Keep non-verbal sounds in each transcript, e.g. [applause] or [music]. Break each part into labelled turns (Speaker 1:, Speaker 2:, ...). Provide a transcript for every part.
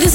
Speaker 1: this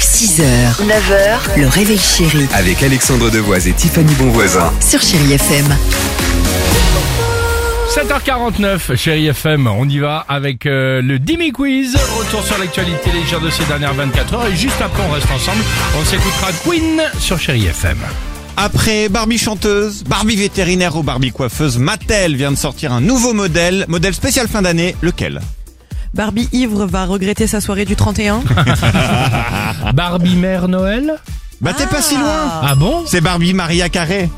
Speaker 2: 6h, 9h, le réveil chéri
Speaker 3: avec Alexandre Devoise et Tiffany Bonvoisin.
Speaker 2: sur Chérie FM.
Speaker 4: 7h49, chérie FM, on y va avec euh, le Dimi Quiz. Retour sur l'actualité légère de ces dernières 24 heures. Et juste après, on reste ensemble. On s'écoutera Queen sur chérie FM.
Speaker 5: Après Barbie chanteuse, Barbie vétérinaire ou Barbie coiffeuse, Mattel vient de sortir un nouveau modèle, modèle spécial fin d'année, lequel
Speaker 6: Barbie ivre va regretter sa soirée du [laughs] 31.
Speaker 4: Barbie Mère Noël
Speaker 5: Bah t'es pas si loin
Speaker 4: Ah bon
Speaker 5: C'est Barbie Maria Carré.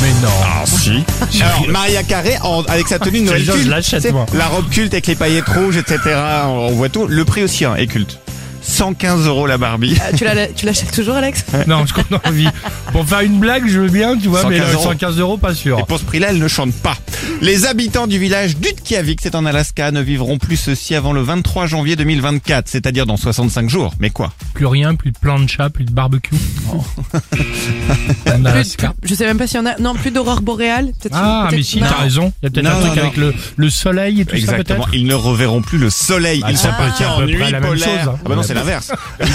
Speaker 4: Mais non.
Speaker 5: Ah si [laughs] Alors Maria Carré, en- avec sa tenue de Noël
Speaker 4: Celle-là, je
Speaker 5: culte,
Speaker 4: l'achète,
Speaker 5: tu sais,
Speaker 4: moi.
Speaker 5: la robe culte avec les paillettes rouges, etc. On, on voit tout. Le prix aussi hein, est culte. 115 euros la Barbie.
Speaker 6: Ah, tu la- tu l'achètes toujours, Alex
Speaker 4: Non, je compte envie. Pour faire une blague, je veux bien, tu vois, mais
Speaker 5: 115
Speaker 4: là,
Speaker 5: euros.
Speaker 4: 115 euros, pas
Speaker 5: Et
Speaker 4: sûr.
Speaker 5: pour ce prix-là, elle ne chante pas. Les habitants du village d'Utqiagvik, c'est en Alaska, ne vivront plus ceci avant le 23 janvier 2024, c'est-à-dire dans 65 jours. Mais quoi
Speaker 4: Plus rien, plus de plancha, plus de barbecue. [laughs] On a la
Speaker 6: Plus-
Speaker 4: scarpe.
Speaker 6: Je sais même pas s'il y en a. Non, plus d'aurore boréale. peut-être
Speaker 4: Ah,
Speaker 6: peut-être-
Speaker 4: mais si,
Speaker 6: non.
Speaker 4: t'as raison. Il y a peut-être
Speaker 5: Non,
Speaker 4: un truc
Speaker 5: non,
Speaker 4: avec le, le soleil et tout ça,
Speaker 5: Exactement.
Speaker 4: peut-être.
Speaker 5: Ils ne reverront plus le soleil.
Speaker 4: Ah,
Speaker 5: Ils
Speaker 4: c'est
Speaker 5: sont
Speaker 4: à peu-
Speaker 5: partis
Speaker 4: à
Speaker 5: en
Speaker 4: peu
Speaker 5: nuit
Speaker 4: près la même
Speaker 5: polaire.
Speaker 4: chose, hein.
Speaker 5: Ah bah non,
Speaker 4: [laughs]
Speaker 5: c'est l'inverse.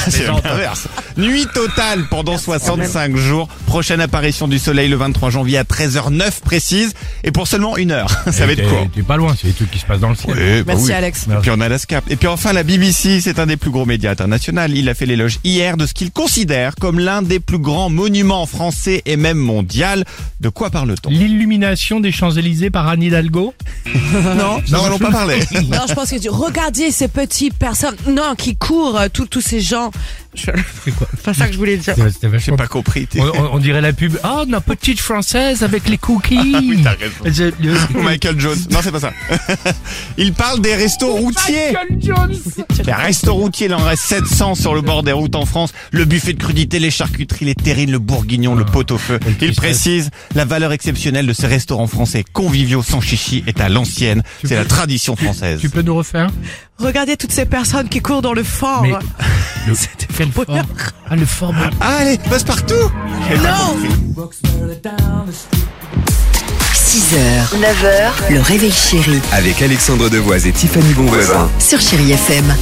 Speaker 5: c'est l'inverse. Nuit totale pendant 65 jours. Prochaine apparition du soleil le 23 janvier à 13h09 précise et pour seulement une heure. [laughs] Ça va
Speaker 4: T'es-
Speaker 5: être court.
Speaker 4: T'es pas loin, c'est des trucs qui se passent dans le ciel.
Speaker 5: Oui, bah
Speaker 6: Merci,
Speaker 5: oui.
Speaker 6: Alex.
Speaker 5: Et puis on a Alaska. Et puis enfin la BBC, c'est un des plus gros médias internationaux. Il a fait l'éloge hier de ce qu'il considère comme l'un des plus grands monuments français et même mondial. De quoi parle-t-on
Speaker 4: L'illumination des Champs-Élysées par Anne Hidalgo
Speaker 5: Non, nous n'allons pas parler.
Speaker 6: Non, je pense que tu... regardez ces petites personnes, non, qui courent, euh, tous tous ces gens. Je... [laughs] C'est pas ça que je voulais dire.
Speaker 4: C'était vachement-
Speaker 5: Pas compris. t'es-
Speaker 4: On, on- on dirait la pub. Oh, notre petite française avec les cookies.
Speaker 5: Ah Oui, t'as raison.
Speaker 4: Je-
Speaker 5: [laughs]
Speaker 4: je-
Speaker 5: Ou Michael Jones. Non, c'est pas ça. [laughs] Il parle des restos routiers.
Speaker 4: Michael Jones.
Speaker 5: Les restos routiers, il en reste 700 sur le bord des routes en France. Le buffet de crudités, les charcuteries, les terrines, le bourguignon,
Speaker 4: Ah.
Speaker 5: le pot au feu. Il précise, la valeur exceptionnelle de ces restaurants français conviviaux sans chichi est à l'ancienne. C'est la tradition française.
Speaker 4: Tu peux nous refaire
Speaker 6: Regardez toutes ces personnes qui courent dans le fort.
Speaker 4: Mais- [laughs] le, Quel fort Ah, le fort. Boyard.
Speaker 5: Ah, allez, passe partout
Speaker 2: 6h, 9h, le réveil chéri
Speaker 3: Avec Alexandre Devoise et Tiffany Bonvoisin.
Speaker 2: sur Chérie FM.